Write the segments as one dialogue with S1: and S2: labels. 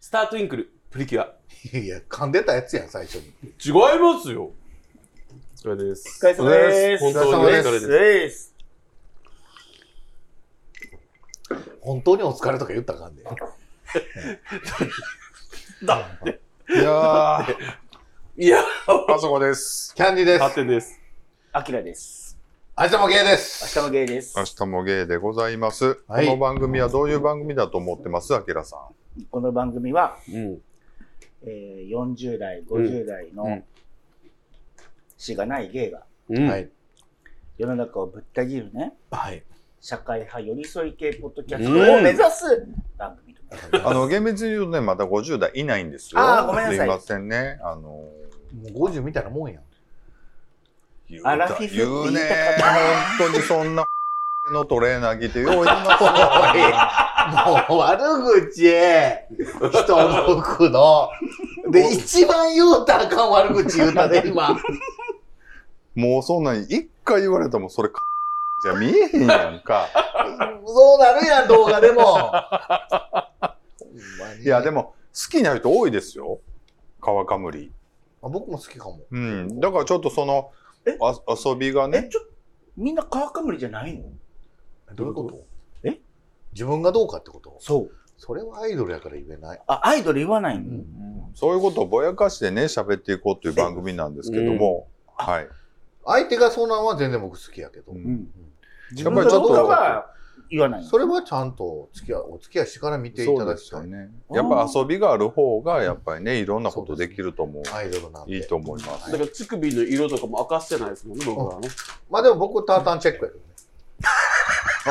S1: スタートインクル、プリキュア。
S2: いや、噛んでたやつやん、最初に。
S1: 違いますよ。これです。
S3: お疲れ様です
S1: 本当にお疲
S2: お疲れ様
S1: れ
S2: で
S1: です。
S3: です。
S2: 本当にお疲れとか言ったらあかんで。
S1: だ
S4: いやー、
S1: いや、
S4: あそこです。
S2: キャンディです。
S1: 勝手です。
S3: アキラです。
S2: 明日もゲーで
S3: 明
S2: す。
S3: 日のゲイです
S4: 明。日もゲイでございます。
S2: はい
S4: この番組はどういう番組だと思ってますあきらさん。
S3: この番組は、
S1: うん。
S3: えー、40代、50代
S1: う
S3: の
S1: ん
S3: 死がないゲイが
S1: うん。
S2: は
S1: はい。
S2: い。
S3: 世の中をぶった切るね、
S2: はい。
S3: 社会派寄り添い系ポッドキャストを目指す番組と
S4: あの、厳密に言うとね、まだ50代いないんですよ。
S3: あーごめんなさい
S4: すいませんね。あの
S2: もう50みたいなもんやん。
S4: ー、言
S3: アラフィフって言
S4: 言う
S3: い
S4: ね
S3: たか
S4: ー。本当にそんな のトレーナー着てよう言います
S2: おいもう悪口人の服の。で、一番言うたらあかん悪口言うたで、今。
S4: もうそんなに一回言われたらもうそれかじゃ見えへんやんか。
S2: そうなるやん、動画でも。
S4: いや、で
S2: も。
S4: も、好きな人多いですよ。川かむり。
S2: あ僕も好きかも。
S4: うん。だからちょっとその
S3: え、
S4: あ遊びが
S3: え、
S4: ね。
S3: ちょ、みんな川かむりじゃないの
S2: どういうこと
S3: え
S2: 自分がどうかってこと
S3: そう。
S2: それはアイドルやから言えない。
S3: あ、アイドル言わないの、
S4: そういうことをぼやかしてね、喋っていこうという番組なんですけども、はい。
S2: 相手がそうなんは全然僕好きやけど。
S4: うん
S3: うん自
S4: やっ
S3: 分
S4: ぱ
S3: が
S4: りちょ
S3: ど
S4: っ
S3: う
S4: と
S3: かは言わないの
S2: それはちゃんと付き合いお付き合いしてから見ていただきたい。
S4: ね。やっぱ遊びがある方が、やっぱりね、いろんなことできると思う。
S2: アイドルなんで。
S4: いいと思いま
S1: だ
S4: す。
S1: から乳首の色とかも明かしてないですもんね、僕はね。
S2: まあでも僕、タータンチェックやけど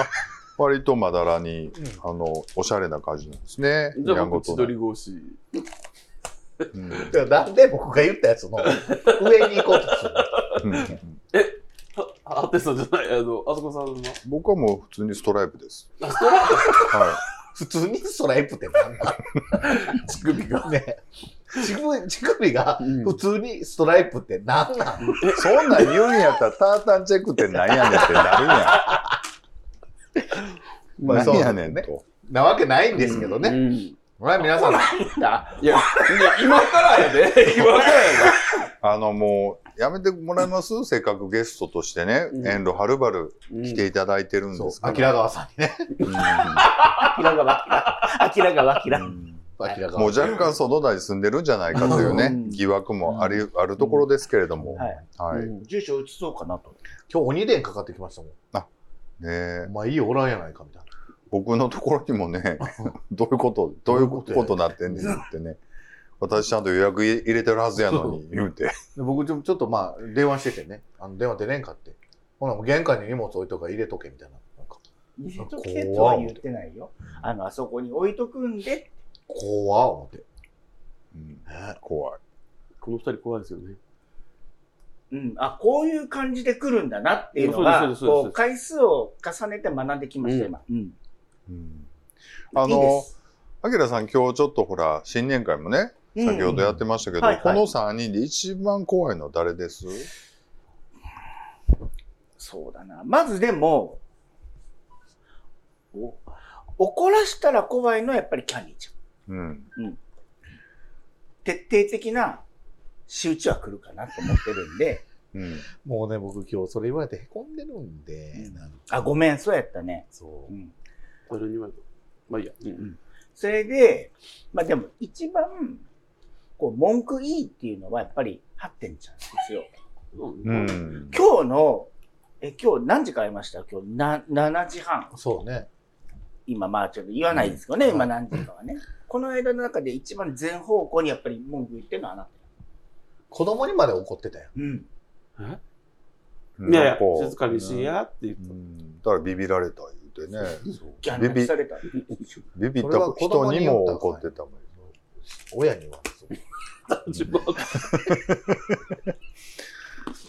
S2: ね。
S4: 割とまだらに
S2: うん、
S4: あの、おしゃれな感じなんですね。
S1: じゃあ
S4: やんご
S1: 僕、千
S4: と
S1: 鳥
S4: ね
S1: 越し。
S4: うん
S2: いやなんで僕が言ったやつの上に行こうとするの
S4: うん
S1: ははてさんじゃない、あの、あそこさんの。
S4: 僕はもう普通にストライプです。
S1: あ、それ
S4: は
S2: 普通にストライプってなんな
S1: 乳首が。
S2: んね乳首乳首が
S1: うん
S2: 普通にストライプってなんなん、
S4: い。そんなん言うんやったら、タータンチェックってなんやねんってなるや ん。
S2: まあそう
S4: 何
S2: な
S4: や
S2: んで
S4: ね
S2: す
S4: ん
S2: ね
S4: と。
S2: なわけないんですけどね。
S1: うん
S2: まあ皆さん、
S1: いや、いや今からやで。 今からや
S4: あの、もう、やめてもらえますせっかくゲストとしてね
S1: う、ん
S4: 遠路はるばる
S1: で。
S4: 来ていただいてるん
S2: そう
S4: です、
S2: 明川さんにね、
S3: アキラがワキラ。アキラがワキ
S4: う
S3: ラ。
S4: ん
S2: 明川
S4: もう若干その代住んでるんじゃないかという
S3: う
S4: ね
S3: ん
S4: 疑惑もありあるところですけれども、
S3: はい。
S4: はいね
S1: うん
S3: 住所移そうかなと。
S2: 今日鬼伝かかってきましたもん。
S4: え
S2: お前いいおらんやないかみたいな。
S4: 僕のところにもねどういうことどういうことなってんねんってね私ちゃんと予約入れてるはずやのに言うて
S2: で僕ちょちょっとまあ電話しててね、あの電話出れんかって。ほなもう玄関に荷物置いとくから入れとけみたいな。なんか
S3: 入れとけとは言ってないよ。あの、あそこに置いとくんで。
S2: 怖っ思って。
S4: うん
S2: ね
S4: 怖い
S1: この二人怖いですよね。
S3: うん。あ、こういう感じで来るんだなっていうの
S1: そう
S3: が
S1: で、すそうですそう
S3: こ
S1: です
S3: う、回数を重ねて学んできました、今。うん。
S4: うんあ
S3: いいで
S4: の
S3: す
S4: あきらさん今日ちょっとほら新年会もね
S3: うん
S4: 先ほどやってましたけど、
S3: はいはい
S4: この3人で一番怖いのは誰です
S3: そうだな。まずでも、お怒らしたら怖いのはやっぱりキャンディーちゃん。
S4: うん
S3: 徹底的な仕打ちは来るかなと思ってる んで、
S4: うん
S2: もうね、僕今日それ言われてへこんでるんで、
S3: うん
S2: なんか
S3: あ、ごめん、そうやったね。
S2: そうう。
S3: ん。
S1: 誰に言われたまあいいや。うん
S3: それで、まあでも一番、こう、文句いいっていうのはやっぱり、ハッテンちゃんですよ。
S4: う
S1: うん。
S4: ん
S3: 今日の、え、今日何時から会いました今日な、7時半。
S2: そうね。
S3: 今、まあちょっと言わないですけどね、
S2: うん
S3: 今何時かはね。この間の中で一番全方向にやっぱり文句言ってるのはあなた。
S2: 子供にまで怒ってたよ。
S3: うん。
S4: うん
S1: いやいや、
S4: こう
S1: 静かにしやって言って。
S4: うんだからビビられた言うてね
S3: ギャン泣きされた。
S4: ビビった人にも怒ってたもん
S2: 親には。そう
S1: 自分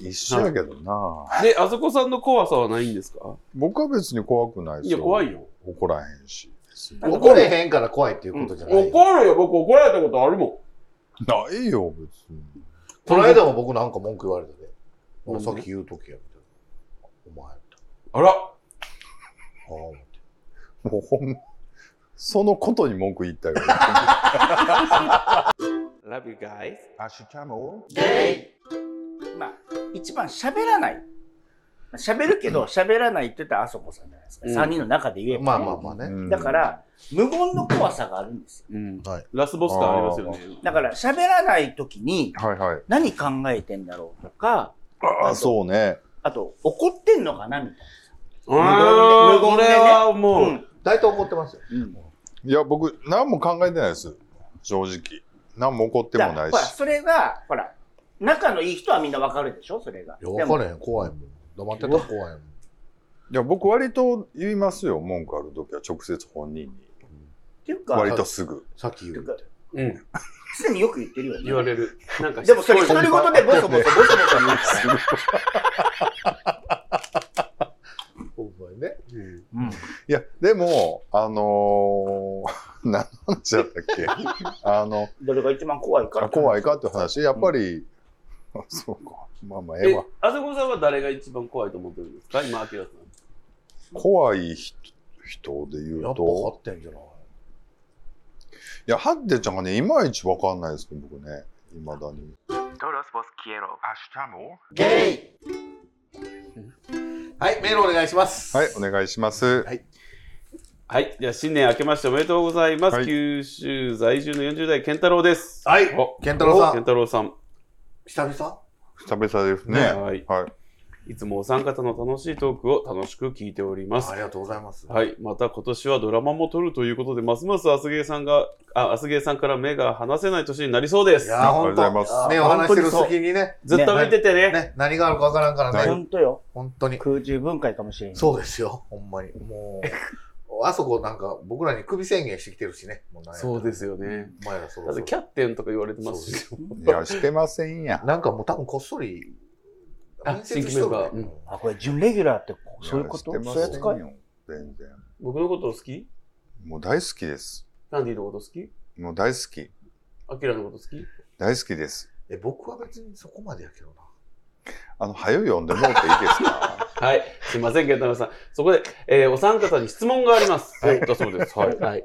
S4: 一緒やけどな
S1: で、あそこさんの怖さはないんですか
S4: 僕は別に怖くないで
S1: い
S4: すよ
S1: や、怖いよ。
S4: 怒らへんし
S3: なんか
S2: 怒れへんから怖いっていうことじゃない。
S1: 怒るよ、僕怒られたことあるもん。
S4: ないよ別に
S2: この間も僕なんか文句言われたで。
S1: うん
S2: さっき言うときやみたいな。お前。あ
S1: あら
S2: あ、思って。
S4: もうほんそのことに文句言 ったよ。
S1: Love you guys.
S4: アシュチャモ
S3: まあ、一番喋らない。喋るけど、喋らないって言ったらあそこさんじゃないですか。
S1: うん
S3: 三3人の中で言えば、ね
S2: まあまあまあね。
S4: だ
S3: だか、ら、無言の怖さがあるんですよ。
S1: うん
S2: はい
S1: ラスボス感ありますよね。
S3: だから、喋らない時に、
S4: はいはい。
S3: 何考えてんだろうとか、
S4: ああ、そうね。
S3: あと、怒ってんのかなみたい
S1: あー
S3: 無
S1: こ
S3: 言で無言でね
S1: れは
S3: な。
S1: もう、
S2: 大体怒ってますよ。
S3: うん。
S4: いや、僕、何も考えてないです。正直。何も怒っても
S3: だ
S4: な
S3: から
S4: い
S3: ほら、
S4: し。
S3: それが、ほら、仲のいい人はみんなわかるでしょそれが。
S2: いや、
S3: でも
S2: 分からへん。怖いもん。黙ってたら怖いもん。
S4: いや、僕、割と言いますよ。文句あるときは、直接本人に。
S3: っていうか、
S4: 割とすぐ。
S2: さっき言
S3: っていう
S2: う。
S3: か
S1: うん、
S3: すでによく言ってるよね。
S1: 言われる。なんか
S3: でもそれ、
S1: しつこ
S3: 独
S1: い
S3: り言でボソボソボソボソ言うから。
S2: ほんまにね。
S1: うん
S3: うん
S4: いや、でも、あのー、 何の話だったっけあの、
S3: どれが一番怖いか
S4: あ怖
S3: い。
S4: いかって話、やっぱり、あそうか。まあまあ、ええ
S1: え
S4: わ。、
S1: あそこさんは誰が一番怖いと思ってるんですか今、アキラさん。
S4: 怖い人人で言う
S2: やっぱ
S4: と、
S2: 勝ってんじゃない
S4: いや、ハッテちゃんがね、いまいちわかんないですけど、僕ね、いまだに。
S2: ゲイはい、メールお願いします。
S4: はい、お願いします。
S1: はい。じゃあ、新年明けましておめでとうございます。
S4: はい
S1: 九州在住の40代、健太郎です。
S2: はい
S1: お
S2: 健太郎さん
S1: 健太郎さん。
S2: 久々
S4: 久々ですね。
S1: はい。
S4: はい。
S1: いつもお三方の楽しいトークを楽しく聞いております
S2: あ。りがとうございます。
S1: はい。また今年はドラマも撮るということで、ますますアスゲーさんが、あ、アスゲーさんから目が離せない年になりそうで
S2: い
S1: す。
S2: やー、
S4: あ
S2: ほ
S4: り
S2: ん
S4: がとう
S2: と
S4: ございます、
S2: 目を離してる隙にね、
S1: ずっと見ててね。
S2: ね、何があるかわからんからね、
S3: 本当よ。
S2: ほんとに。
S3: 空中分解かもしれん。
S2: そうですよ、ほんまに。もう、 あそこなんか僕らに首宣言してきてるしね、もうなんや
S1: そうですよね。
S2: お前らそ
S1: だ
S2: ろ
S1: っ
S2: そ
S1: て
S2: ろ
S1: キ。ャプテンとか言われてますし。
S4: いや、してませんやん。
S2: なんかもう多分こっそり、
S1: あ
S2: 面接しとる
S1: 新
S2: ね
S1: 規メンバー
S3: あ、これ、準レギュラーってこう、そういうこと
S4: いや
S3: そう
S4: して
S3: いう扱
S4: ません
S3: い
S4: よ。全然。
S1: 僕のこと好き
S4: もう大好きです。
S1: ランディのこと好き
S4: もう大好き。
S1: アキラのこと好き
S4: 大好きです。
S2: え、僕は別にそこまでやけどな。
S4: あの、早よ読んでもらっていいですか
S1: はい。すいません、健太郎さん。そこで、えーお三方に質問があります。はい。だそうです。はい。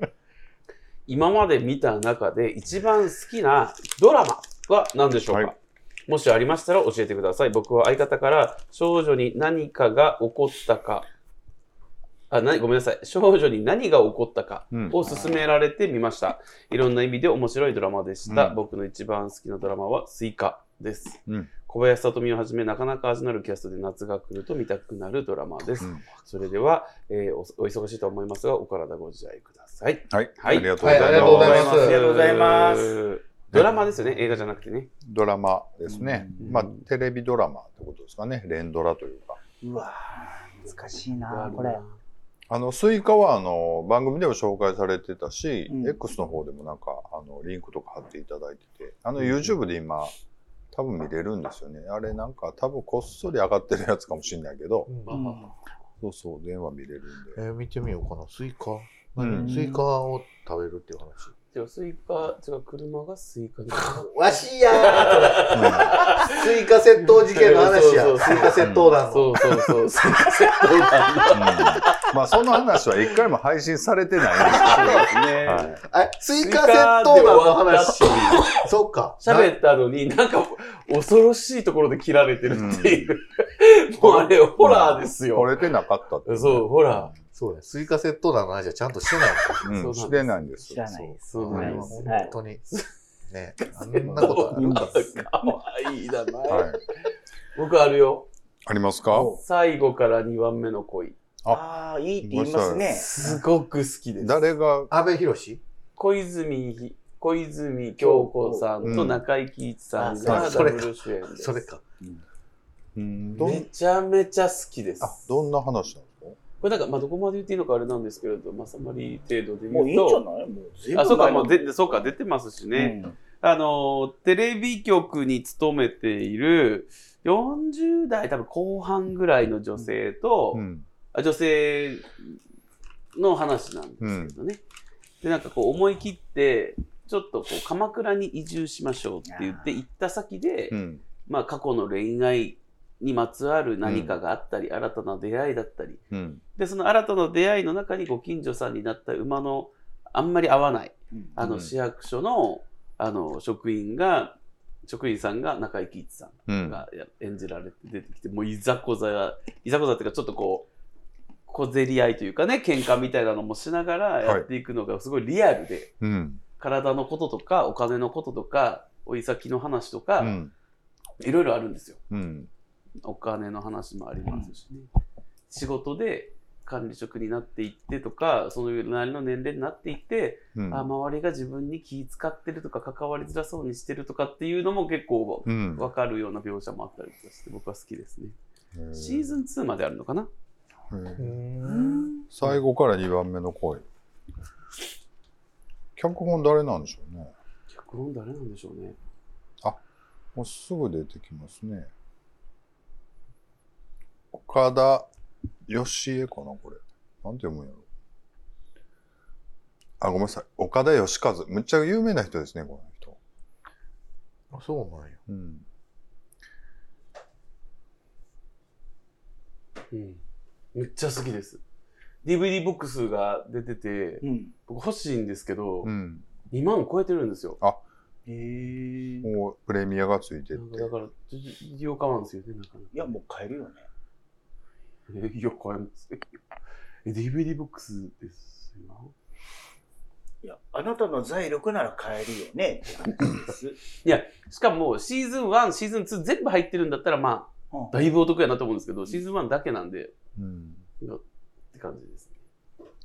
S1: 今まで見た中で一番好きなドラマは何でしょうか、
S4: はい
S1: もしありましたら教えてください。僕は相方から少女に何かが起こったか、あ、なごめんなさい。少女に何が起こったか
S4: うん
S1: を勧められてみました。いろんな意味で面白いドラマでした。
S4: うん
S1: 僕の一番好きなドラマはスイカです。
S4: うん
S1: 小林聡美をはじめなかなか味のあるキャストで夏が来ると見たくなるドラマです。
S4: うん
S1: それでは、えーお、お忙しいと思いますが、お体ご自愛ください。
S4: はい。
S1: はい
S4: ありがとうございます。
S2: はいありがとうございます
S3: ありがとうございます。
S1: ドラマですよね、映画じゃなくてね。
S4: ドラマですね。
S1: うん
S4: まあ、テレビドラマってことですかね。連ドラというか。
S3: うわー難しいなこれ。
S4: あの、スイカは、あの、番組でも紹介されてたし、
S3: うん
S4: X の方でもなんか、あの、リンクとか貼っていただいてて、あの、YouTube で今、多分見れるんですよね。あれなんか、多分こっそり上がってるやつかもしれないけど、
S2: うん
S3: うん
S4: そうそう、電話見れるん
S2: え
S4: で。
S2: ー見てみようかな。スイカ、
S4: うん
S2: スイカを食べるっていう話。
S1: でもスイカ、違う、車がスイカに。
S2: わしやースイカ窃盗事件の話や。
S1: そうそう
S2: ス
S1: そ
S2: イ
S1: う
S2: カ窃盗団の。
S1: そうそうそう。スイカ
S4: うんまあ、その話は一回も配信されてないんです
S1: ね。
S4: けど、はい
S2: あ、スイカ窃盗団の話。
S1: 話。
S2: そうか。
S1: 喋ったのに、なんか、恐ろしいところで切られてるっていう。もうあれ、ホラーです
S4: 惚
S1: よ。
S4: れてなかったってね
S1: そう、ホラー。
S2: そうね。スイカ窃盗団の話はちゃんとしてない。
S4: うん、
S1: そうなんです
S4: してな
S3: 知。ら
S4: いんです
S3: ないです。
S1: そう
S2: あ
S1: な
S2: れ
S1: んで
S2: は
S1: す
S2: 本
S1: よ。
S2: 当に。ね。あんなことあるんだ。
S1: かわいいだな。
S4: はい。
S1: 僕あるよ。
S4: ありますか
S1: 最後から2番目の恋。
S3: ああー、いいって言いますね。
S1: すごく好きです。
S4: 誰が、
S2: 安部寛
S1: 小泉ひ、小泉京子さんと中井貴一さん
S2: うんあ
S1: が
S2: そ
S1: ダ
S2: れ
S1: ブ
S2: か
S1: ル主演です。
S2: それ。か。
S4: うんどん
S1: めちゃめちゃ好きです。
S4: あどんな話なの
S1: これなんか、まあ、どこまで言っていいのかあれなんですけれど、まあ、あまり程度で言うと。
S3: もういいんじゃないもう随分前の、
S1: あ、そうか、もうで、そうか、出てますしね。
S3: うん
S1: あの、テレビ局に勤めている、40代多分後半ぐらいの女性と、
S4: うん。
S1: あ女性の話なんですけどね。で、なんかこう思い切って、ちょっとこう鎌倉に移住しましょうって言って
S3: あー
S1: 行った先で、
S4: うん。
S1: まあ過去の恋愛にまつわる何かがあったり、新たな出会いだったり、
S4: うん。
S1: で、その新たな出会いの中にご近所さんになった馬のあんまり合わない。
S3: うん
S1: あ
S4: う
S1: の
S4: ん
S1: 市役所のあの職員が職員さんが中井貴一さ
S4: うんん。
S1: がや演じられて出てきてもういざこざやいざこざっていうかちょっとこう小競り合いというかね喧嘩みたいなのもしながらやっていくのがすごいリアルで、
S4: うん。
S1: 体のこととかお金のこととかおい先の話とか、
S4: うん。
S1: いろいろあるんですよ。
S4: うん。
S1: お金の話もありますしね。仕事で管理職になっていってとかそういうなりの年齢になっていって
S4: うん。
S1: あ周りが自分に気使ってるとか関わりづらそうにしてるとかっていうのも結構
S4: うん。
S1: 分かるような描写もあったりとかして僕は好きですね。シーズン2まであるのかな
S4: うん
S2: うん。
S4: 最後から2番目の声。脚本誰なんでしょうね。
S1: 脚本誰なんでしょうね。
S4: もうすぐ出てきますね。岡田義恵かな、これ。なんて読むんやろ。あ、ごめんなさい。岡田義和。むっちゃ有名な人ですね、この人。
S2: あそうなんや。
S4: うん。
S1: うん。めっちゃ好きです。DVD ボックスが出てて、
S3: うん。
S1: 僕欲しいんですけど、
S4: うん。
S1: 2万超えてるんですよ。
S3: へえ。
S4: もうプレミアがついて
S1: な
S4: て
S1: ん。かだから、8日なんですよね、なかない
S3: や、もう買えるよね。
S1: か。いや、買えます。え DVD ボックスですよ。
S3: いや、あなたの財力なら買えるよ ね。って感じです。
S1: しかも、シーズン1、シーズン2全部入ってるんだったら、まあ、
S3: うん
S1: だいぶお得やなと思うんですけど、シーズン1だけなんで、
S4: うん。
S1: って感じですね。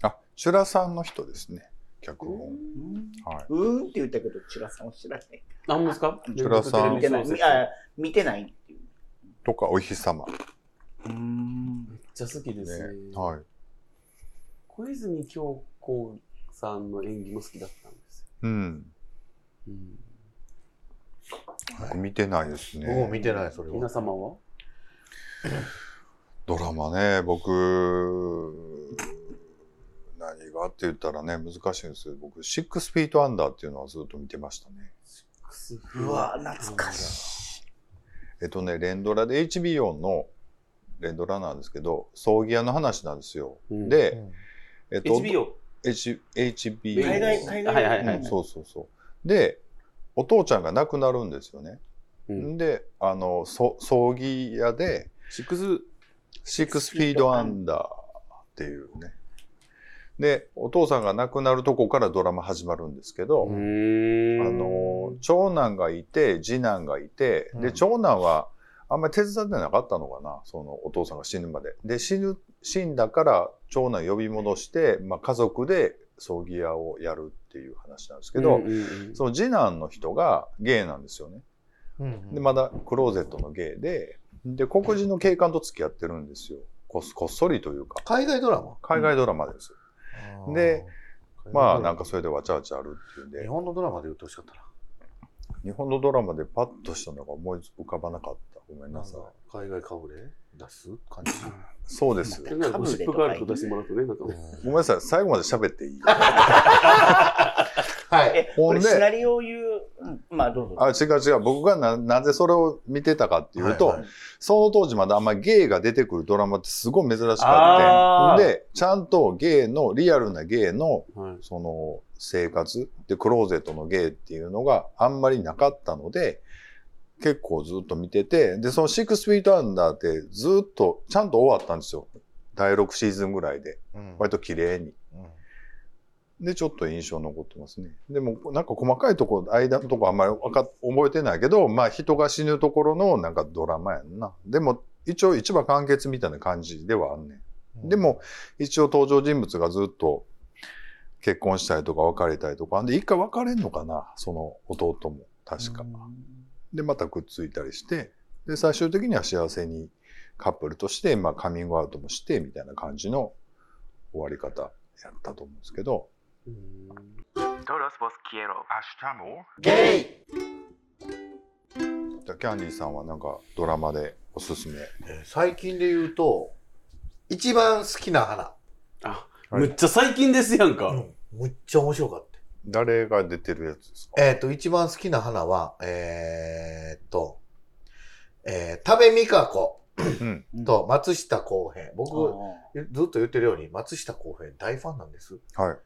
S4: あ、チュラさんの人ですね。脚本。
S3: うん
S4: はい。
S3: うーんって言ったけど、チラさんを知らない。
S1: あ、ほんまですか
S4: チュラさん
S3: 見てない。
S1: めっ
S3: みあ見てないっていう。
S4: とか、お日様。
S3: うん。
S1: ちゃ好きですね。
S4: ね。はい。
S1: 小泉京子さんの演技も好きだったんですよ。
S4: うん。
S1: うん、
S4: 僕見てないですね。
S2: 僕も見てない、それ
S1: 皆
S2: は。
S1: 様は
S4: ドラマね、僕、何がって言ったらね、難しいんですけど、僕、シックスフィートアンダーっていうのはずっと見てましたね。
S3: うわ、懐かしい。
S4: えっとね、連ドラで HBO の連ドラなんですけど、葬儀屋の話なんですよ。
S1: うん
S2: う
S4: で、
S2: ん
S4: えっと、
S1: HBO。
S4: H HBO。
S3: 海外、海外。
S1: はいはいは
S4: うんそうそうそう。で、お父ちゃんが亡くなるんですよね。
S1: うん
S4: で、あの、そ葬儀屋で、
S1: シックス、
S4: シックスフィードアンダーっていうね。で、お父さんが亡くなるとこからドラマ始まるんですけど、
S2: う
S4: あ
S1: あ
S4: の、、長男がいて、次男がいて、
S2: う
S4: で、
S2: ん
S4: 長男はあんまり手伝ってなかったのかな、そのお父さんが死ぬまで。で、死ぬ、死んだから長男呼び戻して、まあ家族で葬儀屋をやるっていう話なんですけど、
S1: うんうんうん
S4: その次男の人がゲイなんですよね。
S2: うん
S4: で、まだクローゼットのゲイで、で、黒人の警官と付き合ってるんですよ。ここっそりというか。
S2: 海外ドラマ
S4: 海外ドラマです。で、まあなんかそれでわちゃわちゃあるっていうん
S2: 日
S4: で、
S2: 本のドラマで言ってほしかったな。
S4: 日本のドラマでパッとしたのが思い浮かばなかった。ごめん
S2: な
S4: なんさい
S2: か。海外かぶれ出す感じ。
S4: そうです。
S1: なんかゴシップガールと出してもらうとね、なんか、
S4: ごめんなさい。最後まで喋っていい
S2: はい。
S3: え、
S4: ほ
S3: こ
S4: ん
S3: れ
S4: で
S3: シナリオを言う。うんまあ、どうぞ。
S4: あ、違う違う。僕がななぜそれを見てたかっていうと、
S2: はい
S3: はい
S4: その当時まだあんまゲイが出てくるドラマってすごい珍しか
S1: あ
S4: っ
S1: ー
S4: て。で、ちゃんとゲイの、リアルなゲイの
S1: はい、
S4: その生活でクローゼットの芸っていうのがあんまりなかったので結構ずっと見ててでその「シックス・フィート・アンダー」ってずっとちゃんと終わったんですよ第6シーズンぐらいで
S2: うん
S4: 割と綺麗に
S2: うん
S4: でちょっと印象残ってますねでもなんか細かいとこ間のとこあんまりわか覚えてないけどまあ人が死ぬところのなんかドラマやんなでも一応一話完結みたいな感じではあんねんでも、一応登場人物がずっと結婚したりとか別れたりとか、で、一回別れんのかな、その弟も、確か。で、またくっついたりして、で、最終的には幸せにカップルとして、まあカミングアウトもして、みたいな感じの終わり方やったと思うんですけど。
S5: Todos vos quiero.
S2: ゲイ
S4: じゃあキャンディーさんはなんかドラマでおすすめ。
S2: 最近で言うと、一番好きな花。
S1: あ、むっちゃ最近ですやんか。
S2: うんむっちゃ面白かった。
S4: 誰が出てるやつですか
S2: えっ、と、一番好きな花は、えーっと、えー、多部未華子
S4: うん。
S2: と松下洸平。
S3: あ
S2: 僕、
S3: ー
S2: ずっと言ってるように、松下洸平大ファンなんです。
S4: はい。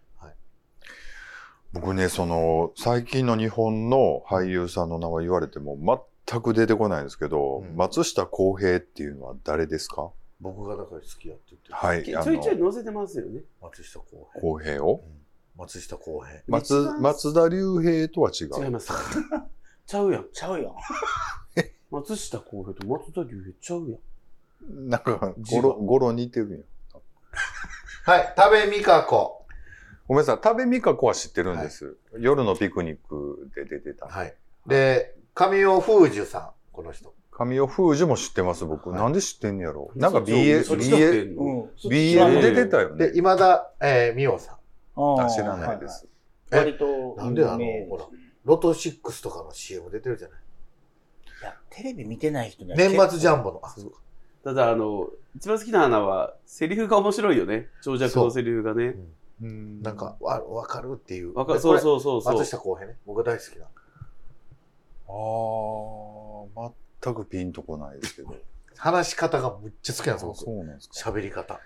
S4: 僕ね、その、最近の日本の俳優さんの名前言われても全く出てこないんですけど、
S2: うん
S4: 松下洸平っていうのは誰ですか
S2: 僕がだから好きやって言ってる
S4: はい。
S1: ち
S4: あ
S1: ょいちょい
S4: の、
S1: 載せてますよね。
S2: 松下洸平、
S4: 洸平を
S2: うん松下洸平
S1: 一
S4: 松
S1: 番
S4: 松田龍平とは違。
S1: 違いうます。ちゃうやん。
S3: ちゃうよ。
S1: 松下洸平と松田龍平ちゃうやん。
S4: なんか、
S1: 字
S4: ゴ
S1: が
S4: ロ、ゴロ似てるんや。
S2: はい多部未華子
S4: ごめんなさい、多部未華子は知ってるんです。夜のピクニックで出てた。
S2: はいで神尾楓珠さんこの人
S4: 神尾楓珠も知ってます、僕。
S2: はい
S4: なんで知ってんのやろなんか
S1: そ
S4: BL、
S1: っちだってん
S4: BL、
S1: の
S3: うん
S4: BL で出たよ
S2: で
S4: ね。
S2: 今田、えー、美桜さん
S4: あ
S3: あ
S4: 知らないです。
S3: はいはい割と
S2: なんであの
S3: 有名
S2: ほらロト6とかの CM 出てるじゃない
S3: いやテレビ見てない人には
S2: 年末ジャ
S3: ン
S2: ンボのあそうか
S1: ただ、あの、一番好きな花は、セリフが面白いよね。長尺のセリフがね。
S4: な
S2: なん、かわわかるっていう
S1: わか
S2: で
S1: そう
S2: こ
S1: そうそう
S2: れ
S1: そう
S2: 松。下洸平ね僕が大好きな
S4: あー、全くピンとこないですけど。
S2: 話し方がむっちゃ好きなんです
S4: あそ
S2: 僕
S4: うなんですか。
S2: 喋り方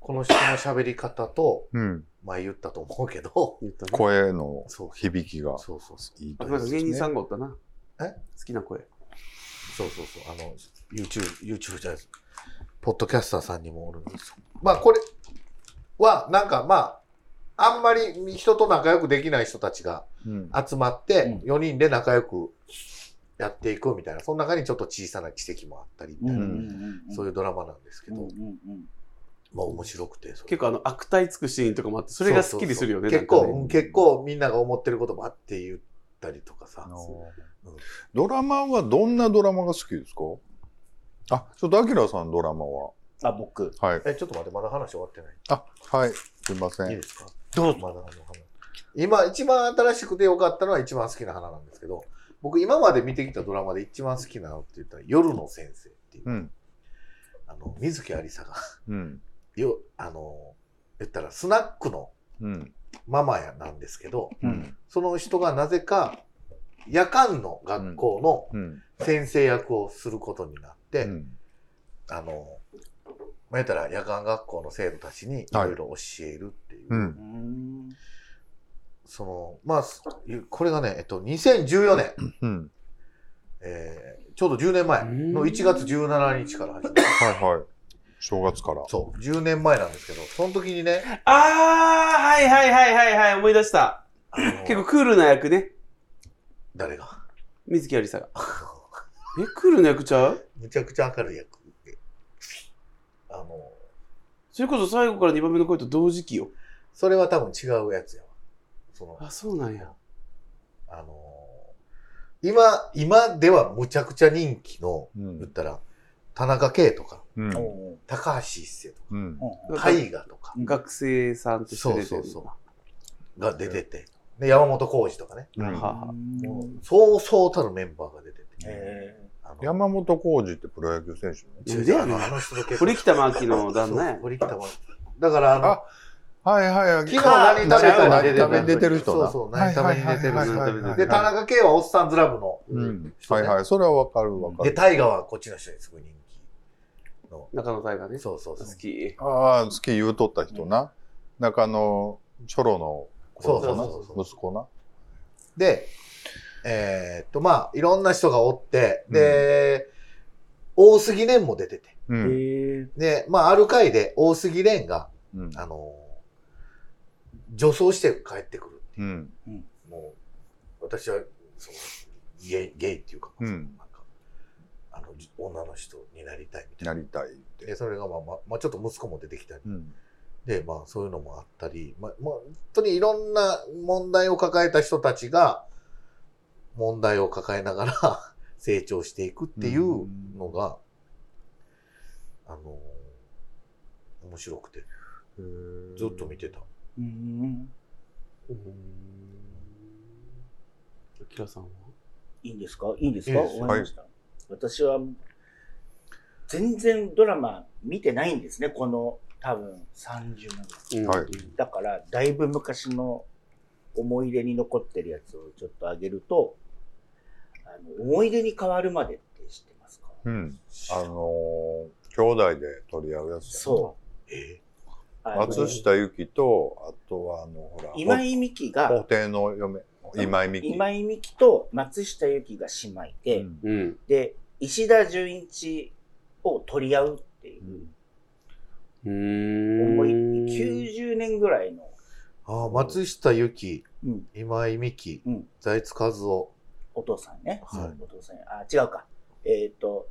S2: この人の喋り方と
S4: うん。
S2: 前言ったと思うけど
S1: 言ったね
S4: 声の
S2: そう
S4: 響きが
S2: そうそうそう
S4: いい
S1: あ
S4: と
S1: なんか芸人さんがおったな。
S2: え
S1: 好きな声。
S2: そうそうそう。あの、YouTube、YouTube じゃないです。ポッドキャスターさんにもおるんですよ。まあ、これは、なんかまあ、あんまり人と仲良くできない人たちが
S4: うん
S2: 集まっ
S3: うん
S2: て、4人で仲良くやっていくみたいな、その中にちょっと小さな奇跡もあったりみたいな、そう
S3: い
S2: いうドラマなんですけ
S3: うん
S2: ど、
S3: うんうん
S2: まあ面白くて。それ
S1: 結構あの、悪態つくシーンとかもあって、それがスッキリするよね。
S2: そうそう
S1: なん
S2: そう
S1: かね
S2: 結構、うん結構みんなが思ってることもあって言ったりとかさ
S4: あ。の
S2: うん
S4: ドラマはどんなドラマが好きですかあ、ちょっとアキラさんドラマは。
S3: あ僕
S4: はい。
S2: え、ちょっと待って、まだ話終わってない。
S4: あ、はい。すいませ
S2: いい
S4: ん
S2: で。すか
S1: どう
S2: まだあの花今、一番新しくて良かったのは一番好きな花なんですけど、僕今まで見てきたドラマで一番好きなのって言ったら、夜の先生っていう、
S4: うん。
S2: あの、水木有沙が、
S4: うん。
S2: よ、あの、言ったらスナックの
S4: うん。
S2: ママやなんですけど、
S4: うん。
S2: その人がなぜか夜間の学校
S4: うん。
S2: の先生役をすることになって、
S4: うん
S2: あの、まあ、言ったら夜間学校の生徒たちにいろいろ教えるっていう、
S4: うん。
S3: うん
S2: その、まあ、すこれがね、えっと、2014年、
S4: うん。
S2: えーちょうど10年前の1月17日から始まる。
S4: はいはい。正月から。
S2: そう、10年前なんですけど、その時にね、
S1: あー、はいはいはいはいはい、思い出した。
S2: あ の
S1: 結構クールな役ね。
S2: 誰が
S1: 水木有 沙が。え、クールな役ちゃう
S2: むちゃくちゃ明るい役で、あの、
S1: それこそ最後から2番目の声と同時期よ。
S2: それは多分違うやつやわ。その、
S1: あ、そうなんや。
S2: あの、今、今ではむちゃくちゃ人気の、
S4: う
S2: 言っ
S4: ん。
S2: たら、田中圭とか、
S4: うん。
S3: おう
S2: 高橋一生とか、
S4: うん。
S3: おう
S2: 大河とか
S1: 学生さんとして出てる
S2: そうそうそうが出てて、で、山本浩二とかね、
S4: う
S1: は
S4: ん
S1: あはあ
S2: もう、そうそうたるメンバーが出てて、
S3: え
S2: あの
S4: 山本浩二ってプロ野球選手ね
S1: いやでやね
S2: あの人の結
S1: 堀北真希の旦那や
S2: そう堀北真希だからあの、
S4: あはいはいはい。
S2: 昨日何食べた
S1: の
S2: ら
S1: に
S4: 何食べに出てる人な。
S2: そうそう何食べに出てる人
S4: はいはいはいはい
S2: で、田中圭はおっさんずラブの、
S4: うん。
S2: 人
S4: は
S2: ね
S4: いはい。それはわかるわか
S2: で、
S4: る。
S2: 大河はこっちの人にすごい人気の。
S1: 中野大河ね。
S2: そうそうそう。
S1: 好き。
S4: ああ、好き言うとった人な。中の、チョロの子
S2: そう
S4: な、
S2: そうそうそう
S4: 息子な。
S2: で、えーっと、まあ、いろんな人がおって、で、大杉蓮も出てて。
S3: え
S4: うん。
S3: え
S2: で、まあ、ある回で大杉蓮が、
S4: うん。
S2: あのー女装して帰ってくる。
S4: うん。
S2: もう、私は、その、ゲイ、ゲイっていうか、
S4: うん
S2: そのなんか、あの、じ女の人になりたいみたい
S4: な
S2: な。
S4: りたいって。
S2: で、それがまあ、まあ、まあ、ちょっと息子も出てきたり、
S4: うん。
S2: で、まあ、そういうのもあったり、まあ、まあ、本当にいろんな問題を抱えた人たちが、問題を抱えながら 成長していくっていうのが、あのー面白くて、ずっと見てた。
S3: うん
S1: うーん。あきらさんはい
S3: いんですかいいんですか
S2: いいです
S3: 終
S2: よ
S3: わかりました。私は、全然ドラマ見てないんですね、この多分30年ぐらい。
S4: はい
S3: だから、だいぶ昔の思い出に残ってるやつをちょっとあげると、あの思い出に変わるまでって知ってますか
S4: うん。あのー、兄弟で取り合うやつやな。
S3: そう。
S2: え
S3: あの
S4: 松下由紀と、あとはあの、ほら、
S3: 今井美樹
S4: 法
S3: が、
S4: 廷の嫁、今井美樹。
S3: 今井美樹と松下由紀が姉妹で、
S4: うん
S1: うん。
S3: で、石田純一を取り合うっていう、
S1: うーん。
S3: 重い、90年ぐらいの
S2: ああ、松下由紀、
S3: うん
S2: 今井美樹、
S3: うん
S2: 財津和夫。
S3: お父さんね。
S2: はい
S3: お父さんや。あ、違うか。えっ、と、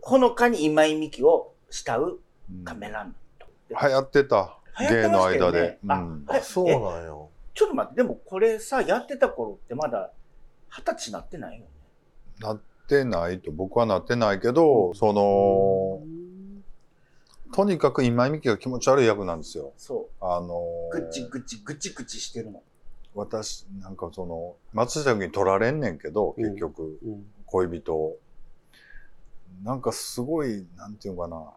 S3: ほのかに今井美樹を慕う
S4: うん
S3: カメラマンと。
S4: 流行ってた。
S3: 流行っ
S4: 芸
S3: てま
S4: の
S3: したよ
S4: 間
S3: ね
S4: で。
S3: あ
S4: うん
S3: はい
S2: あ、そうなんよ。
S3: ちょっと待って、でもこれさ、やってた頃ってまだ二十歳なってないよね。
S4: なってないと、僕はなってないけど、その、とにかく今井美樹が気持ち悪い役なんですよ。
S3: そ
S4: あの
S3: う。
S4: ー
S3: ぐちぐちぐちぐちしてるの。
S4: 私、なんかその、松下君に取られんねんけど、結局、
S1: うん
S4: 恋人を。なんかすごい、なんていうのかな。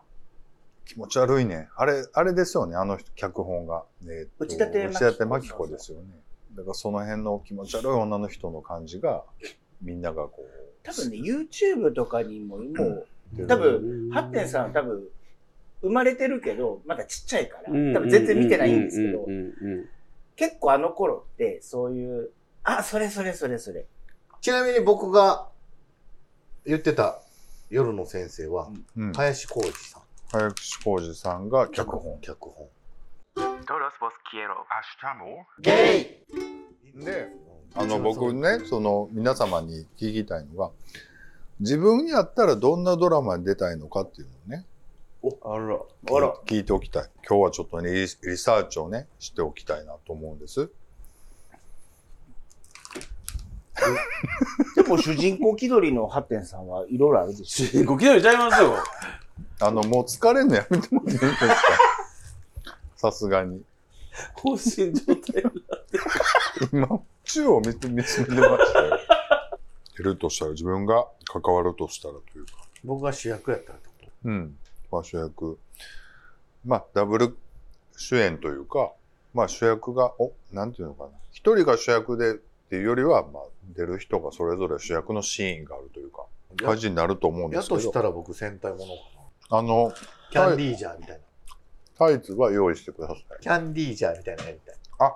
S4: 気持ち悪いね。あれ、あれですよね、あの人、脚本が。えーっと
S3: 内館真紀子
S4: 内館真紀子ですよね。だからその辺の気持ち悪い女の人の感じが、みんながこう。
S3: 多分ね、YouTube とかにも、 も
S4: 出
S3: う、
S4: る
S3: 多分、ハッテンさんは多分、生まれてるけど、まだちっちゃいから、多分全然見てないんですけど
S1: う、んうんうん
S3: 結構あの頃って、そういう、あ、それそれそれそれ。
S2: ちなみに僕が言ってた夜の先生は、
S4: うん
S2: 林浩二さん。
S4: 早口浩二さんが脚本。
S2: 脚本。
S5: Todos vos quiero.
S3: ゲイ
S4: で、あの僕ね、その皆様に聞きたいのが、自分やったらどんなドラマに出たいのかっていうのをね、
S1: あら。
S3: あら
S4: 聞いておきたい。今日はちょっとね、リリサーチをね、しておきたいなと思うんです。
S3: でも主人公気取りのハッテンさんはいろいろあるでしょ。
S1: ご気取りちゃいますよ。
S4: あの、もう疲れんのやめてもらっていいですか さすがに。
S1: 放心状態。
S4: 今、宙を見つ見つめてましたよ。出るとしたら、自分が関わるとしたらというか。
S2: 僕が主役やったらってこ
S4: うん。まあ主役。まあ、ダブル主演というか、まあ主役が、お、なんていうのかな。一人が主役でっていうよりは、まあ、出る人がそれぞれ主役のシーンがあるというか、
S2: と
S4: 感じになると思うん
S2: や
S4: で
S2: や
S4: すけ
S2: とした
S4: ど、
S2: ら僕戦隊ものか
S4: あの、
S2: な。キャンディージャーみたいな。
S4: タイツは用意してください。
S2: キャンディージャーみたいなやりたい。
S4: あ、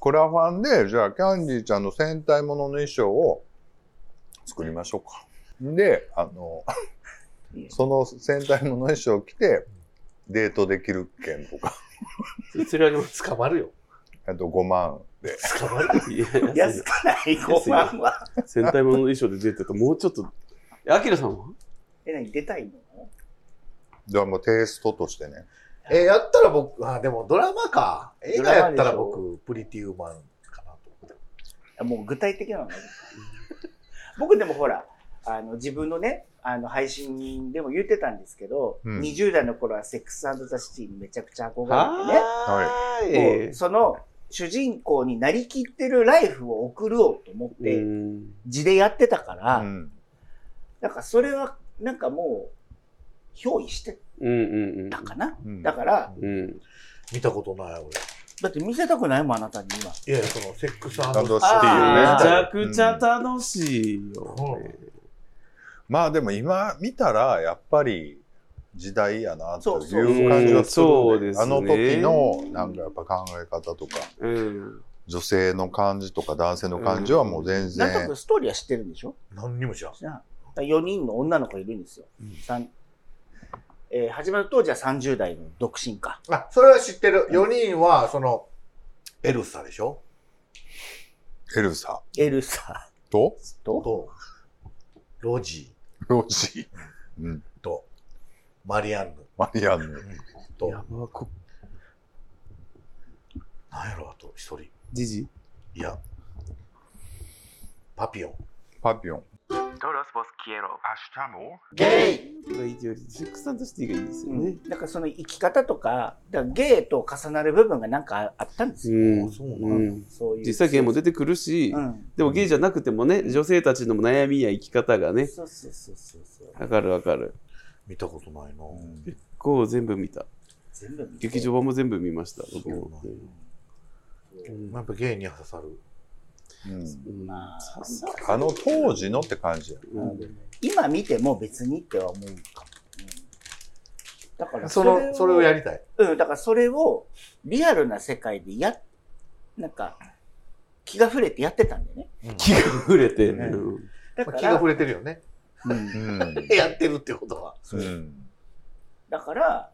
S4: クラファンで、じゃあ、キャンディーちゃんの戦隊ものの衣装を作りましょうか。で、あの、その戦隊ものの衣装を着て、デートできる件とか、
S1: 釣り上げますか
S2: 捕まるよ。
S4: あと5万で、
S2: 捕まるよ。
S1: いや
S3: 安くない5万は。
S1: 戦隊ものの衣装で出てたもうちょっと。えアキラさんは
S3: え、何出たいの
S4: ではもうテイストとしてね。
S2: えーやったら僕、あ、でもドラマか。映画やったら
S3: ドラ
S2: 僕、プリティウーマンかなと思って。
S3: あもう具体的な のね。僕でもほら、あの自分のね、あの配信でも言ってたんですけど、
S4: うん
S3: 20代の頃はセックスザシティにめちゃくちゃ憧れ
S1: は
S3: て
S1: い。
S3: ね、もうその主人公になりきってるライフを送ろうと思っ
S1: う
S3: て、
S1: ん
S3: 字でやってたから、
S4: うん
S3: なんかそれはなんかもう、憑依して
S1: うんうん
S3: たかな。
S4: うん
S3: だから、
S1: うん。うん。
S2: 見たことない俺。
S3: だって見せたくないもん、あなたに今。
S2: いやいや、その、セックス
S4: ラ
S2: ア
S4: ン
S2: ンド
S4: ドシティ
S1: め
S4: を
S1: ち
S4: ね。
S1: ゃくちゃ楽しいよ。
S4: まあでも今見たらやっぱり時代やなと
S3: そうそう
S4: いう感じはする
S1: そう
S4: よ
S1: で
S4: ね。
S1: すね
S4: あの時のなんかやっぱ考え方とか、
S1: うん。
S4: 女性の感じとか男性の感じはもう全
S3: なんとな
S4: 然
S3: く。ストーリーは知ってるんでしょ
S2: 何にも知らん。
S3: じゃあ4人の女の子いるんですよ。三えー始まる当時は30代の独身か。
S2: あ、それは知ってる。4人は、その、エルサでしょ
S4: エルサ
S3: エルサ
S4: と
S3: と、
S2: と、ロジ
S4: ロジー、うん、
S2: ーと、マリアンヌ
S4: マリアンヌ、
S2: と、
S1: やばこ、
S2: 何やろ、あと1人。い
S1: じじ。
S2: や、パピオン。
S4: パピオン。
S5: Todos vos quiero.
S1: がいいより、セックスとしていいがいいです
S3: う
S1: よね
S3: ん。だからその生き方とか、だからゲイと重なる部分がなんかあったんですよ。
S1: うん
S2: あそうな
S1: う
S2: の
S1: ん。
S3: そういう。
S1: 実際ゲイも出てくるし
S3: う、ん。
S1: でもゲイじゃなくてもね、女性たちの悩みや生き方がね、
S3: そうそうそうそうそう。
S1: わかるわかる。
S2: 見たことないな
S1: 結構全部見た。
S3: 全部見て
S1: 劇場版も全部見ました、僕も。
S2: そう
S1: う
S2: や
S1: ん
S2: っぱ芸に刺さる。
S4: うん
S1: うん
S3: まあ
S1: ささ
S4: あの当時のって感じや。
S1: うん
S3: 今見ても別にっては思うかも。だから
S2: その、それをやりたい。
S3: うん、だからそれをリアルな世界でや、なんか、気が触れてやってたんだよね。
S1: 気が触れて、
S3: ね
S1: うん
S3: だ
S2: まあ
S3: から、
S2: 気が触れてるよね。
S3: うん
S4: うん
S2: やってるってことは。
S4: うん
S3: だから、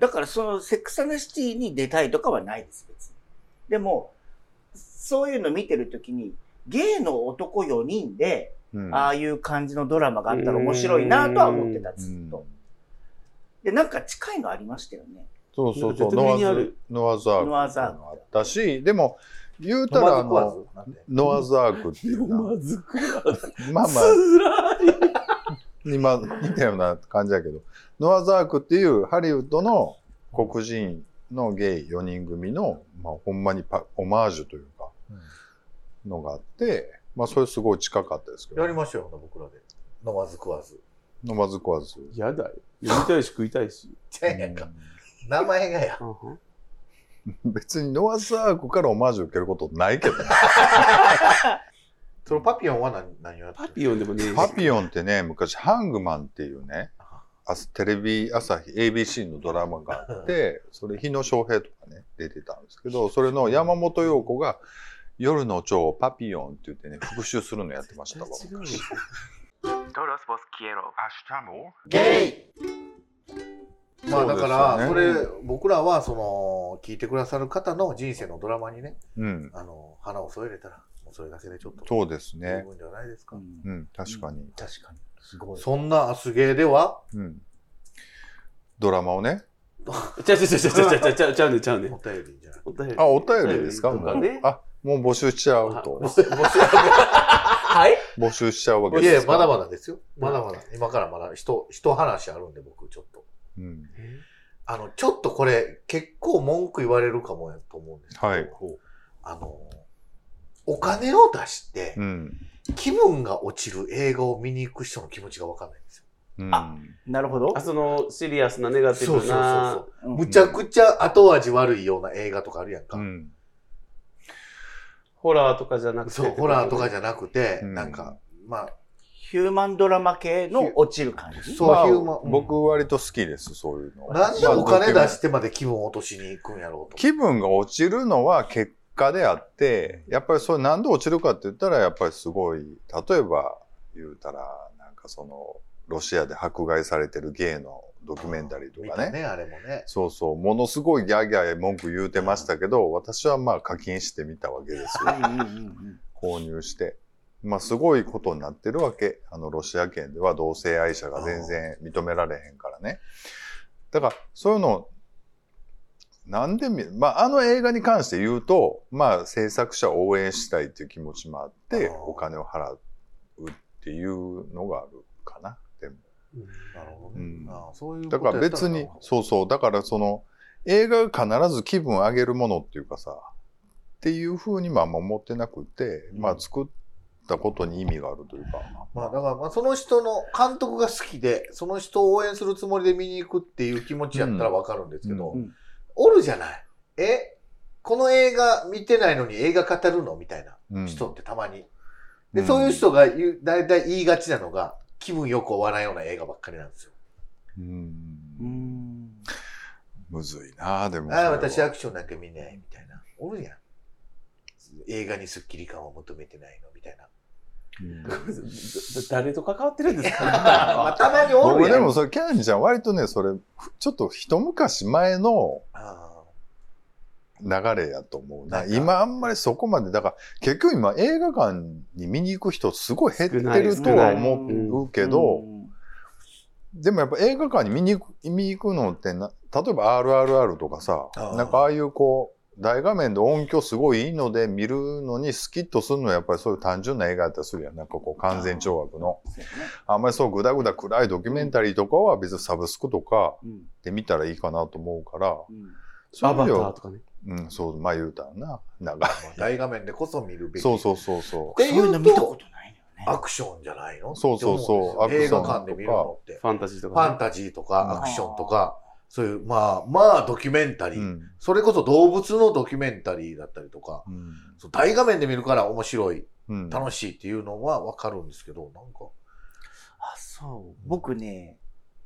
S3: だからそのセックサナシティに出たいとかはないです、別に。でも、そういうの見てるときに、ゲイの男4人で、
S4: うん
S3: ああいう感じのドラマがあったら面白いなとは思ってた、
S4: う
S3: ずっ
S4: ん
S3: と。で、なんか近いのありましたよね。
S4: そうそうそう、
S1: なんか
S4: ノア
S1: 絶対にあ
S4: ズ
S1: る、
S4: ノアザーク
S3: ノアザーク
S4: もあったし、でも、言うた
S2: 飲
S4: ら、
S2: ま
S4: あ
S2: ず食わ
S4: の、
S2: ずなんで。
S4: ノアザークっていうな、
S1: まずくは
S4: まあまあ、
S1: つらい。
S4: 今似たような感じやけど、ノアザークっていうハリウッドの黒人のゲイ4人組の、まあ、ほんまにパオマージュというか、のがあって、まあ、それすごい近かったですけ
S2: や
S4: ど、
S2: りましょうよ、僕らで。飲まず食わず。
S4: ノマズクワズ。
S1: やだよ。読みたいし食いたいし。
S2: じゃあやんか名前がや。
S4: うん別にノアザークからオマージュ受けることないけど、
S2: そのパピオンは何何をやって
S1: パ
S2: る
S1: ピオンでもねえし
S4: パピオンってね、昔、ハングマンっていうね、あテレビ朝日 ABC のドラマがあ って、それ、日野翔平とかね、出てたんですけど、それの山本陽子が、夜の蝶をパピヨンって言ってね、復讐するのやってましたわ。
S1: 絶対違うよ
S5: Todos vos quiero.
S2: ゲイまあ
S4: そう
S2: だ
S4: で
S2: か
S4: すよね
S2: ら、それ、僕らは、その、聞いてくださる方の人生のドラマにね、
S4: うん。
S2: あの、花を添えれたら、もうそれだけでちょっと、
S4: そうです
S2: 十
S4: ね。
S2: 分じゃないですか。
S4: うん、確かに。
S3: 確かに。すごい。
S2: そんな、すげえでは、
S4: うん。ドラマをね。
S1: ちゃうちゃうちゃうちゃうちゃうちゃうねちゃうね
S2: お。便りじゃない。
S1: お便り
S4: あ、お便りですか
S1: お便りと
S4: も
S1: か
S4: う
S1: ね。
S4: あ、もう募集しちゃ うと。
S1: はい。
S4: 募集しちゃうわけ
S2: いやい
S4: で
S2: や、
S4: すか。
S2: まだまだですよ。まだまだ。今からまだ、人、人話あるんで、僕、ちょっと。
S4: うん。
S2: あの、ちょっとこれ、結構文句言われるかもやと思うんですけど、
S4: はい
S2: あの、お金を出して
S4: う、ん。
S2: 気分が落ちる映画を見に行く人の気持ちがわかんないんですよ。
S4: うん
S3: あなるほど
S1: あ。そのシリアスなネガティ
S2: そうそう
S1: ブ
S2: そう
S1: な
S2: そう。
S3: うん
S2: むちゃくちゃ後味悪いような映画とかあるやんか。
S4: うん。
S1: ホラーとかじゃなくて。
S2: そう、ホラーとかじゃなくて、
S4: うん
S2: なんか、まあ、
S3: ヒューマンドラマ系の落ちる感じ。
S2: そう、
S4: まあ
S2: ヒューマン。
S4: 僕割と好きです、そういうの。
S2: なんでお金
S4: まあ
S2: 出してまで気分を落としに行くんやろうと。
S4: 気分が落ちるのは結果であって、やっぱりそれなんで落ちるかって言ったら、やっぱりすごい、例えば言うたら、なんかその、ロシアで迫害されてるゲイのドキュメンタリーと
S2: 見
S4: か
S2: た
S4: ね。
S2: ね、あれもね。
S4: そうそう、ものすごいギャーギャー文句言うてましたけど、私はまあ課金してみたわけです
S3: うん
S4: よ。
S3: うんうん
S4: 購入して。まあすごいことになってるわけ。あの、ロシア圏では同性愛者が全然認められへんからね。だから、そういうのを、なんで見るまあ、あの映画に関して言うと、まあ、制作者を応援したいっていう気持ちもあって、
S2: あー
S4: お金を払うっていうのがあるかな。でも
S2: なるほどね。
S4: うん
S2: ああそういうこ
S4: だ
S2: と
S4: から
S2: やった
S4: 別
S2: の
S4: に、そうそう、だからその、映画が必ず気分上げるものっていうかさ、っていうふうにまあ思ってなくて、まあ作ったことに意味があるというか、
S2: まあだからまあその人の監督が好きで、その人を応援するつもりで見に行くっていう気持ちやったらわかるんですけど、
S3: うんうん
S2: おるじゃない。えこの映画見てないのに映画語るのみたいな
S4: うん
S2: 人ってたまに。で、
S4: ん
S2: そういう人が言う、だいたい言いがちなのが、気分よく終わらないような映画ばっかりなんですよ。
S4: うん
S3: うん
S4: むずいなあでも。
S2: ああ、私ア
S4: は。
S2: クションなんか見ないみたいな。おるやん。映画にスッキリ感を求めてないのみたいな。
S1: 誰と関わってるんですか
S2: まあ、たまにお
S4: 僕
S2: るや
S4: で
S2: ん。
S4: もそれ、キャンディちゃん割とね、それ、ちょっと一昔前の
S2: あ
S4: 流れやと思うな。
S2: なんか
S4: 今あんまりそこまで、だから結局今映画館に見に行く人すごい減ってるとは思うけど、
S3: うん
S4: でもやっぱ映画館に見に行く見に行くのってな、例えば RRR とかさ
S2: あ、ー
S4: なんかああいうこう、大画面で音響すごいいいので見るのにスキッとするのはやっぱりそういう単純な映画やったりするやん。なんかこう完全懲悪の。
S3: そうやね
S4: あんまりそうグダグダ暗いドキュメンタリーとかは別にサブスクとか
S3: うん
S4: で見たらいいかなと思うから、
S3: うん
S4: そう
S1: ア
S4: いう
S1: バタ
S4: 意味で
S1: ー
S4: は
S1: とかね。
S4: うん、そう、まあ言うたらな、長い。
S2: あ、大画面でこそ見るべき。
S4: そうそうそうそ
S2: って
S3: そういう
S2: い
S3: の
S2: う
S3: 見たこととないのよね。
S2: アクションじゃないの
S4: そうそうそう
S2: って思んですよ
S4: ア
S2: 映
S4: クション
S2: 画館で見るのって。
S1: ファンタジーと
S2: フ
S1: か
S2: ァ
S1: ね
S2: ン。タジーとか
S4: うん
S2: アクションとか、そういう、まあ、まあドキュメンタリ
S4: う。う
S2: ー、
S4: ん。
S2: それこそ動物のドキュメンタリーだったりとか、
S4: うん
S2: そう大画面で見るから面白い、
S4: うん。
S2: 楽しいっていうのはわかるんですけど、なんか、
S3: あ、そう。僕ね、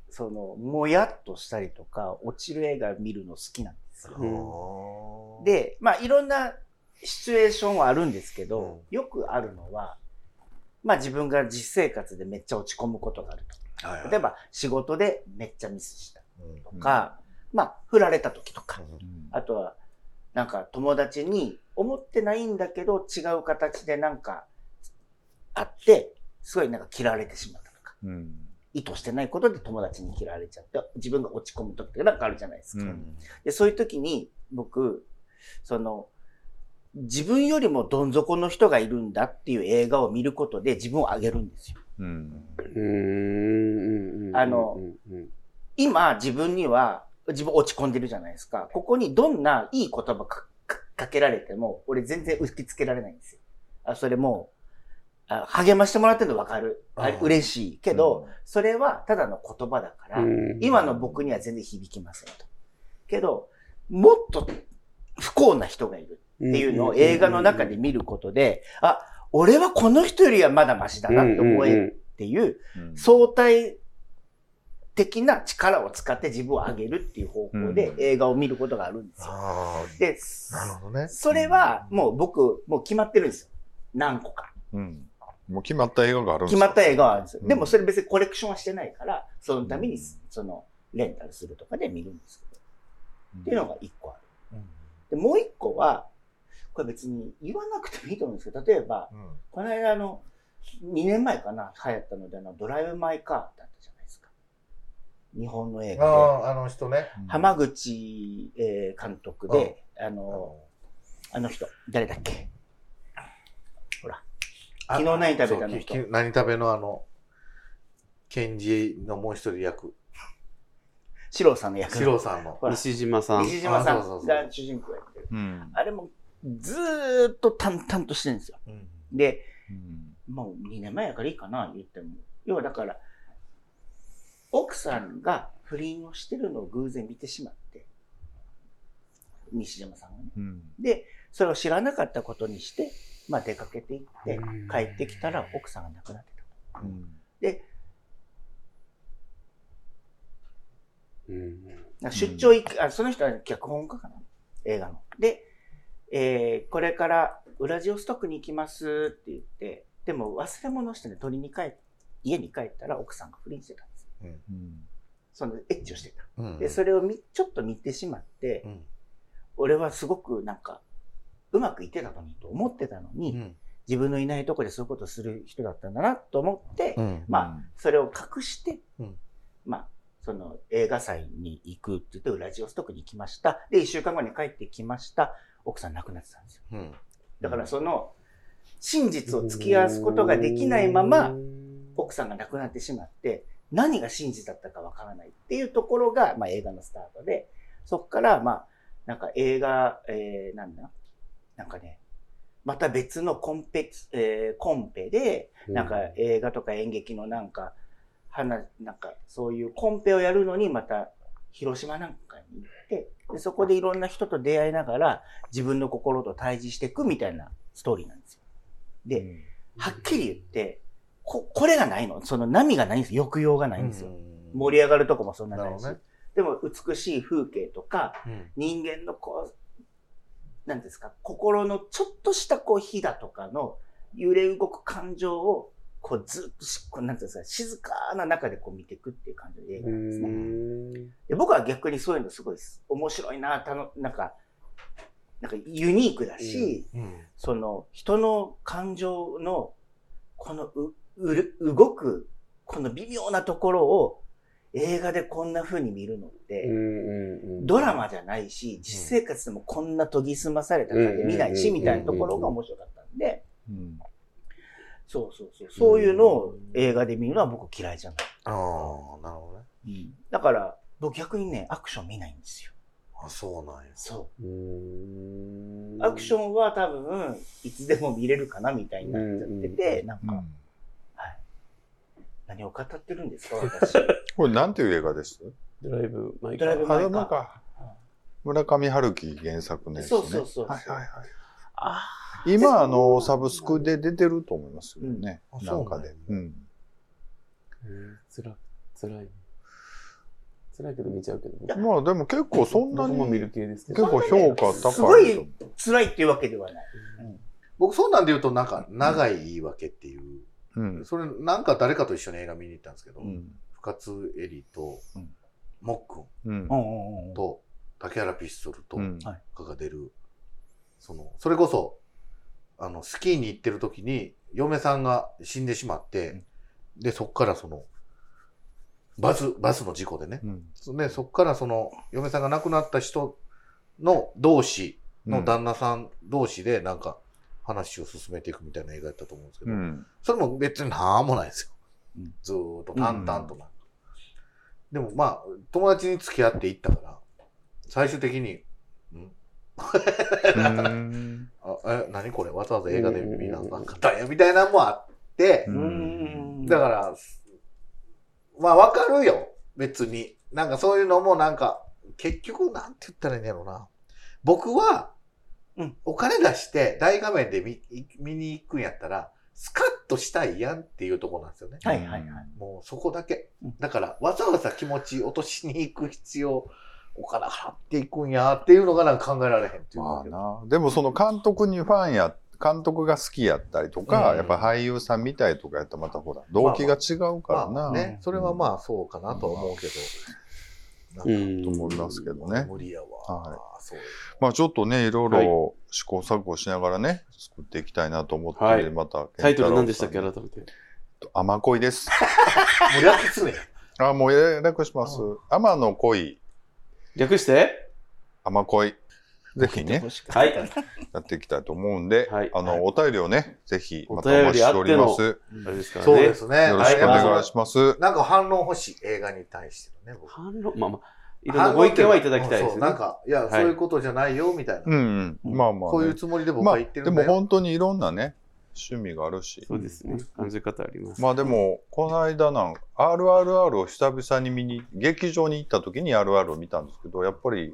S3: その、もやっとしたりとか、落ちる映画見るの好きなんですよ。
S2: うん、
S3: で、まあ、いろんなシチュエーションはあるんですけど、
S2: うん
S3: よくあるのは、まあ、自分が実生活でめっちゃ落ち込むことがある
S2: はいは
S3: と。
S2: い
S3: 例えば、仕事でめっちゃミスした
S2: うん
S3: とか、まあ、振られた時とか、
S4: うん
S3: あとは、なんか友達に思ってないんだけど違う形でなんかあって、すごいなんか切られてしまったとか、
S4: うん
S3: 意図してないことで友達に切られちゃって、自分が落ち込む時ってなんかあるじゃないです
S4: う
S3: か。
S4: ん
S3: でそういう時に僕、その、自分よりもどん底の人がいるんだっていう映画を見ることで自分を上げるんですよ。
S4: うん
S1: うん
S3: あの今自分には自分落ち込んでるじゃないですか。ここにどんないい言葉かかかけられても、俺全然受け付けられないんですよ。あそれもうあ励ましてもらってるの分かる。あ
S2: あー
S3: 嬉しいけど、それはただの言葉だから、今の僕には全然響きませんと。けど、もっと不幸な人がいるっていうのを映画の中で見ることで、あ、俺はこの人よりはまだマシだなって思える
S1: る。
S3: っていう
S4: うん
S3: 相対的な力を使って自分を上げるっていう方向で
S4: うん
S3: 映画を見ることがあるんですよ。
S2: あ
S3: で、
S2: あ、なるほどね。
S3: それはもう僕、もう決まってるんですよ。何個か。
S4: うんもう決まった映画があるんで
S3: 決
S4: す
S3: ま
S4: か
S3: った映画はあるんですよ。
S4: うん
S3: でもそれ別にコレクションはしてないから、そのため
S4: う
S3: に
S4: ん、
S3: その、レンタルするとかで見るんですけど。
S4: うん
S3: っていうのが一個ある。で、もう一個は、これ別に言わなくてもいいと思うんですけど、例えば、
S2: うん
S3: この間あの、2年前かな、流行ったので、あの、ドライブ・マイ・カーってあったじゃないですか。日本の映
S2: あ
S3: 画で。
S2: あ、あの人ね。
S3: 浜口、えー監督で、あの、あの人、誰だっけ
S2: あ
S3: 昨日何食べたの人
S2: そうき何食べのあの、ケンジのもう一人役、
S3: 四郎さんの役
S2: シロさんの。
S3: ほら
S1: 西島さん。
S3: 西島さ
S2: あそうそうそ
S3: ん
S2: う
S3: が主人公やってる。
S4: うん
S3: あれもずーっと淡々としてるんですよ。で、
S4: うん
S3: もう2年前やからいいかな、言っても。要はだから、奥さんが不倫をしてるのを偶然見てしまって、西島さんがね。
S4: うん
S3: で、それを知らなかったことにして、まあ出かけて行って、帰ってきたら奥さんが亡くなってた。
S4: うん
S3: だから出張行く、あ、その人は脚本家かな映画の。で、えーこれからウラジオストクに行きますって言って、でも忘れ物してね、取りに帰っ家に帰ったら奥さんが不倫してたんですよ。
S4: うん
S3: そのエッチをしてた。
S2: うん
S3: で、それをみちょっと見てしまって、
S2: うん
S3: 俺はすごくなんか、うまくいってたのにと思ってたのに、
S2: うん
S3: 自分のいないとこでそういうことする人だったんだなと思って、
S2: うん
S3: まそれを隠して、
S2: うん
S3: まあ、その映画祭に行くって言って、ウラジオストクに行きました。で、1週間後に帰ってきました。奥さん亡くなってたんですよ。
S2: うん
S3: だからその、真実を突き合わすことができないまま、、奥さんが亡くなってしまって、何が真実だったかわからないっていうところが、まあ、映画のスタートで、そこから、まあ、なんか映画、えー、なんだなんかね、また別のコンペ、えーコンペで、なんか映画とか演劇のなんか、話、なんかそういうコンペをやるのにまた広島なんかに行って、でそこでいろんな人と出会いながら自分の心と対峙していくみたいなストーリーなんですよ。で、はっきり言って、こ、これがないの。その波がないんですよ。抑揚がないんですよ。盛り上がるとこもそんなないし。
S2: なる
S3: でも、美しい風景とか、
S2: うん
S3: 人間のこう、なんですか、心のちょっとしたこう、火だとかの揺れ動く感情を、こう、ずっとし、こうなんていうんですか、静かな中でこう見ていくっていう感じの映画なんですね。で僕は逆にそういうのすごいです。面白いな、たの、なんか、なんかユニークだし、
S2: うん
S3: その人の感情のこのううる動くこの微妙なところを映画でこんな風に見るのって、ドラマじゃないし、実生活でもこんな研ぎ澄まされた感じで見ないし、
S1: うん
S3: みたいなところが面白かったんで、
S4: うん
S3: そうそうそう、そういうのを映画で見るのは僕嫌いじゃない。
S2: ああ、なるほどね。
S3: だから、僕逆にね、アクション見ないんですよ。
S2: あそうなんや。
S3: そ
S1: うん。
S3: う。アクショ
S1: ン
S3: ンは多分、いつでも見れるかなみたいになっちゃってて、なん
S4: う
S3: か、
S4: ん
S3: 何を語ってるんですか、私。
S4: これなんていう映画です
S1: ドライブ、マイ
S3: ドライブ
S4: あ
S3: 前
S4: れ
S3: か
S4: なんか村上春樹原作のやつね
S3: そうそうそう
S4: はいはいはい
S1: あ
S4: 今あのサブスクで出てると思いますよね、
S2: うんあ
S4: なんか
S2: そ
S4: で
S2: う
S4: うん
S1: つら、つらい。してないけど見ちゃうけど。
S3: や
S4: まあでも結構そんな
S1: 僕も見る
S4: に
S1: 系ですけ
S4: 結
S1: ど。
S4: 構評価
S3: す
S4: 高
S3: ご
S4: いと
S3: い辛いっていうわけではない。
S2: 僕、そんなんで言うと、なんか、長い言い訳っていう、
S4: うん
S2: それ、なんか誰かと一緒に映画見に行ったんですけど、
S4: うん
S2: 深津絵里と
S4: うん、
S2: もっくん
S4: う
S3: うん
S4: ん
S3: うんうん
S2: と、竹原ピストルと
S4: うん
S3: はい
S2: かが出る、その、それこそ、あの、スキーに行ってる時に、嫁さんが死んでしまって、で、そっからその、バス、バスの事故でね。
S4: うん
S2: ね、そっからその、嫁さんが亡くなった人の同士の旦那さん同士で、なんか、話を進めていくみたいな映画やったと思うんですけ
S4: う
S2: ど、
S4: ん
S2: それも別になんもないですよ
S3: うん。
S2: ずーっと淡々とな。でもまあ、友達に付き合っていったから、最終的に、ん
S4: うん
S2: あえ、何これわざわざ映画で見なあかんかったんや、みたいなのもあって
S4: う、
S3: うん
S2: だから、まあわかるよ、別に。なんかそういうのもなんか、結局なんて言ったらいいんやろな。僕は
S3: うん、
S2: お金出して大画面で見見に行くんやったら、スカッとしたいやんっていうところなんですよね。
S3: はいはいはい。
S2: もうそこだけ
S3: うん。
S2: だから、わざわざ気持ち落としに行く必要、お金払っていくんやっていうのがなんか考えられへんっていう
S4: まあ
S2: か。
S4: なでもその監督にファンや監督が好きやったりとか、
S2: うん
S4: やっぱ俳優さんみたいとかやったらまたほら動機が違うからな、
S2: まあね、それはまあそうかなとは思うけど、
S1: う
S2: なんか
S1: ん
S4: と思いますけどね、
S2: 無理やわ。
S4: はい
S2: そうよ
S4: まあちょっとねいろい
S1: はい
S4: ろ試行錯誤しながらね作っていきたいなと思って、
S1: はい
S4: また
S1: タイトル何でしたっけ、
S4: 健
S1: 改
S4: 太
S1: めて。
S4: 郎さん甘恋です
S2: もう略すね。
S4: あもうややこします天の恋
S1: 略して
S4: 甘恋ぜひね
S1: はい。
S4: やっていきたいと思うんで、
S1: はい
S4: あの、
S1: はい
S4: お便りをねぜひまたお
S1: お
S4: 待
S1: 便
S4: ち
S1: り
S4: し
S1: あ
S4: てお
S1: って
S4: り
S1: の
S4: ますよ
S1: あれですからね。
S2: そうですね。
S4: ろしくお願いします、
S2: なんか反論欲しい、映画に対してのね、僕。
S1: 反論、まあまあ、いろんなご意見はいただきたいです
S2: そう
S1: よ
S2: なん
S1: ね。
S2: か、いや、そういうことじゃないよ、みたい
S4: うん
S2: な。
S4: うんまあまあ、ね、
S2: こういうつもりで僕
S4: ま
S2: は
S4: あ、
S2: 言って
S4: で
S2: るんだ
S4: も
S2: よ。
S4: 本当にいろんなね、趣味があるし。
S1: そうですね。感じ方あります。
S4: まあでも、この間なん、RRR を久々に見に、劇場に行った時に RR を見たんですけど、やっぱり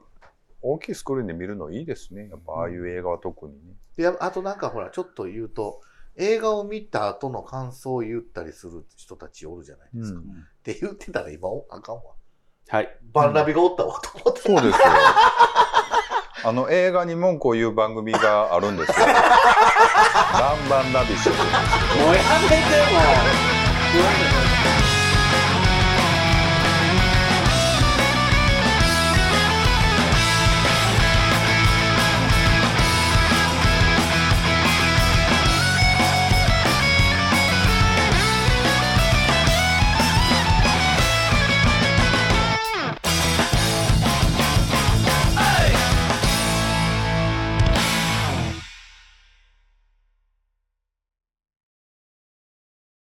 S4: 大きいスクリーンで見るのいいですね。やっぱああいう映画は特にね。
S2: でやあとなんかほら、ちょっと言うと、映画を見た後の感想を言ったりする人たちおるじゃないですか。
S4: う
S2: っ
S4: ん
S2: て言ってたら今、あかんわ。
S1: はい。
S2: バンラビがおったわ、と思って。
S4: そうですよ。あの映画に文句を言う番組があるんで すよ。バンバンラビッシュ。
S1: もうやめても